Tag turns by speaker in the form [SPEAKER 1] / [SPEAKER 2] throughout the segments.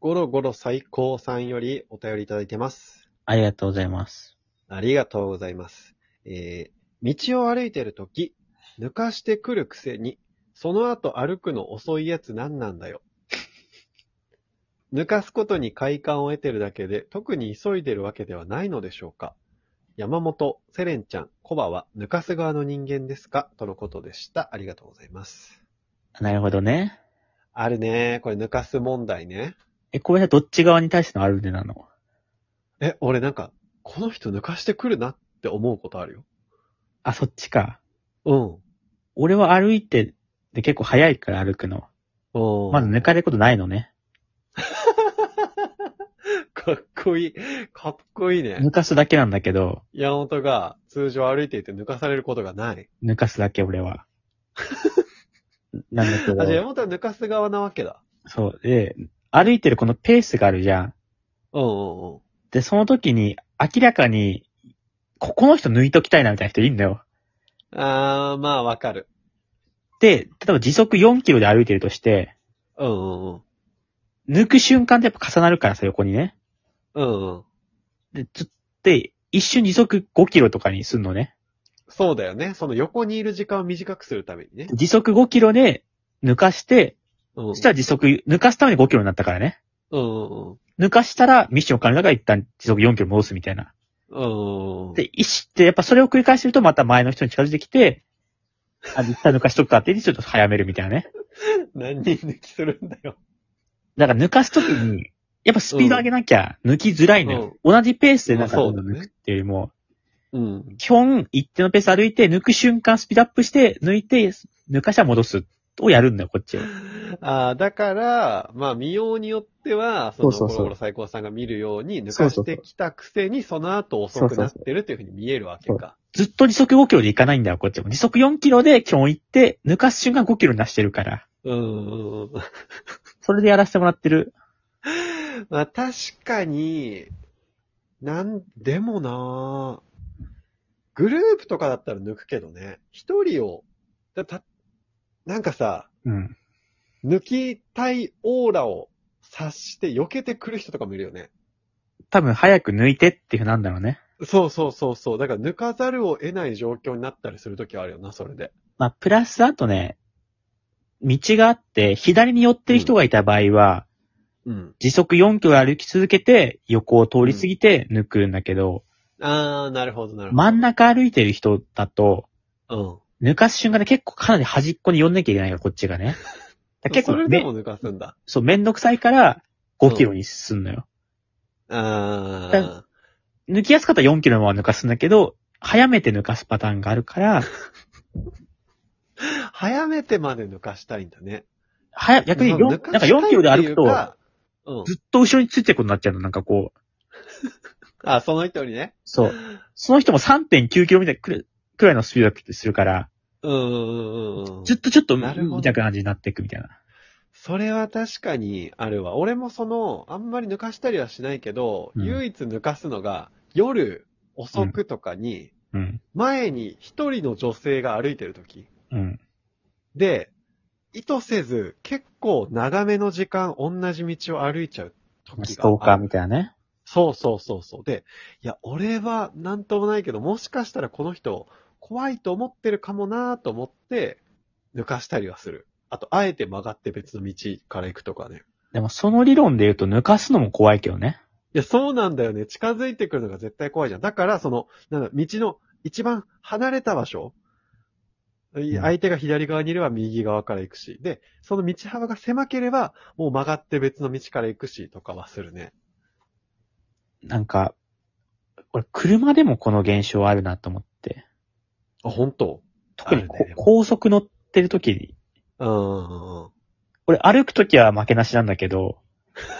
[SPEAKER 1] ゴロゴロ最高さんよりお便りいただいてます。
[SPEAKER 2] ありがとうございます。
[SPEAKER 1] ありがとうございます。えー道を歩いてるとき、抜かしてくるくせに、その後歩くの遅いやつ何なんだよ。抜かすことに快感を得てるだけで、特に急いでるわけではないのでしょうか。山本、セレンちゃん、コバは抜かす側の人間ですかとのことでした。ありがとうございます。
[SPEAKER 2] なるほどね。
[SPEAKER 1] あるね。これ抜かす問題ね。
[SPEAKER 2] え、小林さんどっち側に対してのあるでなの
[SPEAKER 1] え、俺なんか、この人抜かしてくるなって思うことあるよ。
[SPEAKER 2] あ、そっちか。
[SPEAKER 1] うん。
[SPEAKER 2] 俺は歩いて、で結構早いから歩くの。
[SPEAKER 1] うん。
[SPEAKER 2] まだ抜かれることないのね。
[SPEAKER 1] かっこいい。かっこいいね
[SPEAKER 2] 抜。かすだけなんだけど、
[SPEAKER 1] 山本が通常歩いていて抜かされることがない。
[SPEAKER 2] 抜かすだけ俺は。 なんだけ
[SPEAKER 1] あ、じゃあ山
[SPEAKER 2] ど、
[SPEAKER 1] 本は抜かす側なわけだ。
[SPEAKER 2] そう。で、歩いてるこのペースがあるじゃん。
[SPEAKER 1] うんうんうん。
[SPEAKER 2] で、その時に、明らかに、ここの人抜いときたいなみたいな人いるんだよ。
[SPEAKER 1] あー、まあわかる。
[SPEAKER 2] で、例えば時速4キロで歩いてるとして、
[SPEAKER 1] うんうんうん。
[SPEAKER 2] 抜く瞬間ってやっぱ重なるからさ、横にね。
[SPEAKER 1] うんうん。
[SPEAKER 2] で、つって、一瞬時速5キロとかにすんのね。
[SPEAKER 1] そうだよね。その横にいる時間を短くするためにね。
[SPEAKER 2] 時速5キロで抜かして、
[SPEAKER 1] うん。
[SPEAKER 2] そしたら時速、抜かすために5キロになったからね。
[SPEAKER 1] うんうんうん。
[SPEAKER 2] 抜かしたらミッション完了だから一旦時速4キロ戻すみたいな。
[SPEAKER 1] うんうんうん。
[SPEAKER 2] で、一瞬ってやっぱそれを繰り返してるとまた前の人に近づいてきて、あ、実際抜かしとくかって言ってちょっと早めるみたいなね。
[SPEAKER 1] 何人抜きするんだよ。
[SPEAKER 2] だから抜かすときに、やっぱスピード上げなきゃ抜きづらいのよ。同じペースでなんか
[SPEAKER 1] まあそ
[SPEAKER 2] ど
[SPEAKER 1] うんだ
[SPEAKER 2] ど
[SPEAKER 1] ね
[SPEAKER 2] ん抜くっていうよりも、
[SPEAKER 1] うん。
[SPEAKER 2] 基本一定のペース歩いて抜く瞬間スピードアップして、抜いて、抜かしたら戻すをやるんだよ、こっちは。
[SPEAKER 1] あー、だから、まあ見ようによっては、その
[SPEAKER 2] そうそうそう
[SPEAKER 1] ゴロゴロ最高さんが見るように抜かしてきたくせに、その後遅くなってるっていうふうに見えるわけか。
[SPEAKER 2] ずっと時速5キロで行かないんだよ、こっちも。時速4キロで基本行って、抜かす瞬間5キロに出してるから。
[SPEAKER 1] うんうんうん。
[SPEAKER 2] それでやらせてもらってる。
[SPEAKER 1] まあ確かに、なん、でもなぁグループとかだったら抜くけどね。一人を、だた、なんかさ、
[SPEAKER 2] うん。
[SPEAKER 1] 抜きたいオーラを察して避けてくる人とかもいるよね。
[SPEAKER 2] 多分早く抜いてっていう風なんだろうね。
[SPEAKER 1] そうそうそうそう。だから抜かざるを得ない状況になったりするときはあるよな、それで。
[SPEAKER 2] まあ、プラスあとね、道があって、左に寄ってる人がいた場合は、
[SPEAKER 1] うん。
[SPEAKER 2] 時速4キロ歩き続けて、横を通り過ぎて抜くんだけど、
[SPEAKER 1] あー、なるほど、なるほど。
[SPEAKER 2] 真ん中歩いてる人だと、
[SPEAKER 1] うん。
[SPEAKER 2] 抜かす瞬間で結構かなり端っこに寄んなきゃいけないから、こっち がね。だから結
[SPEAKER 1] そ
[SPEAKER 2] 構
[SPEAKER 1] れで
[SPEAKER 2] め
[SPEAKER 1] も、抜かすんだ。
[SPEAKER 2] そう、めんどくさいから、5キロにすんのよ。
[SPEAKER 1] あ
[SPEAKER 2] 抜きやすかったら4キロのまま抜かすんだけど、早めて抜かすパターンがあるから、
[SPEAKER 1] ー。早めてまで抜かしたいんだね。
[SPEAKER 2] 早、逆に
[SPEAKER 1] まあ
[SPEAKER 2] よんな
[SPEAKER 1] 抜
[SPEAKER 2] ん
[SPEAKER 1] か
[SPEAKER 2] か4キロで歩
[SPEAKER 1] したいって
[SPEAKER 2] くと、
[SPEAKER 1] いうかうん。
[SPEAKER 2] ずっと後ろについてることになっちゃうの、なんかこう。
[SPEAKER 1] あ、その人にね。
[SPEAKER 2] そう。その人も3.9キロみたいなくらいくらいのスピードするから、
[SPEAKER 1] うんうんうんうん。
[SPEAKER 2] ずっとちょっと、み
[SPEAKER 1] な
[SPEAKER 2] た
[SPEAKER 1] るほど
[SPEAKER 2] いな感じになっていくみたいな。
[SPEAKER 1] それは確かにあるわ。俺もその、あんまり抜かしたりはしないけど、
[SPEAKER 2] うん
[SPEAKER 1] 唯一抜かすのが、夜遅くとかに、
[SPEAKER 2] うん。
[SPEAKER 1] 前に一人の女性が歩いてる時。
[SPEAKER 2] うん。
[SPEAKER 1] で、意図せず、結構長めの時間同じ道を歩いちゃう時
[SPEAKER 2] ス
[SPEAKER 1] があ
[SPEAKER 2] ト
[SPEAKER 1] る。
[SPEAKER 2] ーカーみたいなね。
[SPEAKER 1] そうそうそうそう。で、いや、俺はなんともないけど、もしかしたらこの人、怖いと思ってるかもなーと思って、抜かしたりはする。あと、あえて曲がって別の道から行くとかね。
[SPEAKER 2] でもその理論で言うと抜かすのも怖いけどね。
[SPEAKER 1] いや、そうなんだよね。近づいてくるのが絶対怖いじゃん。だから、その、なんだ、道の一番離れた場所、い
[SPEAKER 2] うん
[SPEAKER 1] 相手が左側にいれば右側から行くし、で、その道幅が狭ければ、もう曲がって別の道から行くし、とかはするね。
[SPEAKER 2] なんか、俺、車でもこの現象あるなと思って。
[SPEAKER 1] あ、本当
[SPEAKER 2] 特にこ
[SPEAKER 1] あるね
[SPEAKER 2] 高速乗ってる時に、
[SPEAKER 1] うんうんうん。
[SPEAKER 2] 俺歩くときは負けなしなんだけど、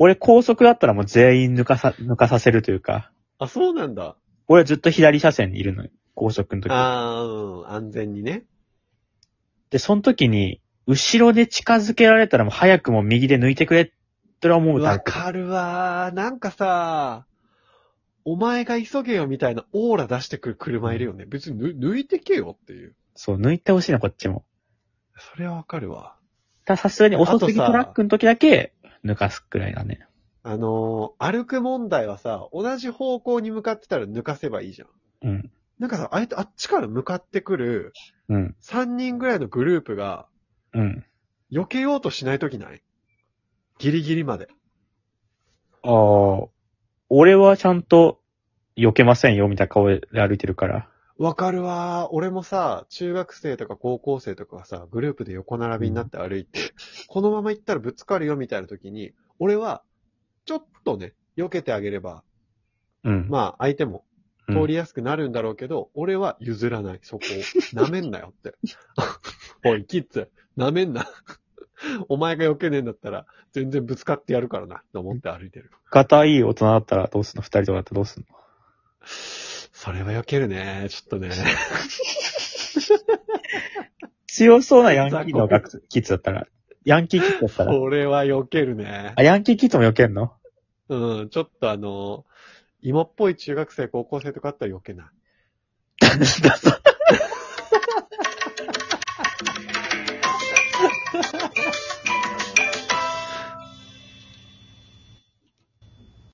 [SPEAKER 2] 俺高速だったらもう全員抜かさ、抜かさせるというか、
[SPEAKER 1] あ、そうなんだ。
[SPEAKER 2] 俺はずっと左車線にいるのよ。高速の時
[SPEAKER 1] ああ、うん、安全にね。
[SPEAKER 2] で、その時に、後ろで近づけられたらもう早くもう右で抜いてくれ、とは思うタ
[SPEAKER 1] わ
[SPEAKER 2] イプ。
[SPEAKER 1] かるわー。なんかさ、お前が急げよみたいなオーラ出してくる車いるよね。別にぬ抜いてけよっていう。
[SPEAKER 2] そう、抜いてほしいな、こっちも。
[SPEAKER 1] それはわかるわ。
[SPEAKER 2] たださすがに遅すぎトラックの時だけ、抜かすくらいだね。
[SPEAKER 1] あのー歩く問題はさ、同じ方向に向かってたら抜かせばいいじゃん。
[SPEAKER 2] うん。
[SPEAKER 1] なんかさ、あえてあっちから向かってくる
[SPEAKER 2] うん。
[SPEAKER 1] 3人ぐらいのグループが
[SPEAKER 2] うん。
[SPEAKER 1] 避けようとしないときないギリギリまで。
[SPEAKER 2] ああ、俺はちゃんと避けませんよ、みたいな顔で歩いてるから。
[SPEAKER 1] わかるわー。俺もさ、中学生とか高校生とかがさ、グループで横並びになって歩いて、このまま行ったらぶつかるよみたいな時に、俺は、ちょっとね、避けてあげれば、
[SPEAKER 2] うん。
[SPEAKER 1] まあ相手も
[SPEAKER 2] あ
[SPEAKER 1] 通りやすくなるんだろうけど、俺は譲らない、そこを。舐めんなよって。 おい、キッズ、舐めんな。 お前が避けねえんだったら、全然ぶつかってやるからな、と思って歩いてる。
[SPEAKER 2] 型いい大人だったらどうすんの二人とかだったらどうすんの
[SPEAKER 1] それは避けるね、ちょっとね。
[SPEAKER 2] 強そうなヤンキーの学生キッズだったら。ヤンキーキッズだったら。
[SPEAKER 1] これは避けるね。
[SPEAKER 2] あ、ヤンキーキッズも避けんの
[SPEAKER 1] うん、ちょっとあの、今っぽい中学生、高校生とかあったら避けない。
[SPEAKER 2] なんだそ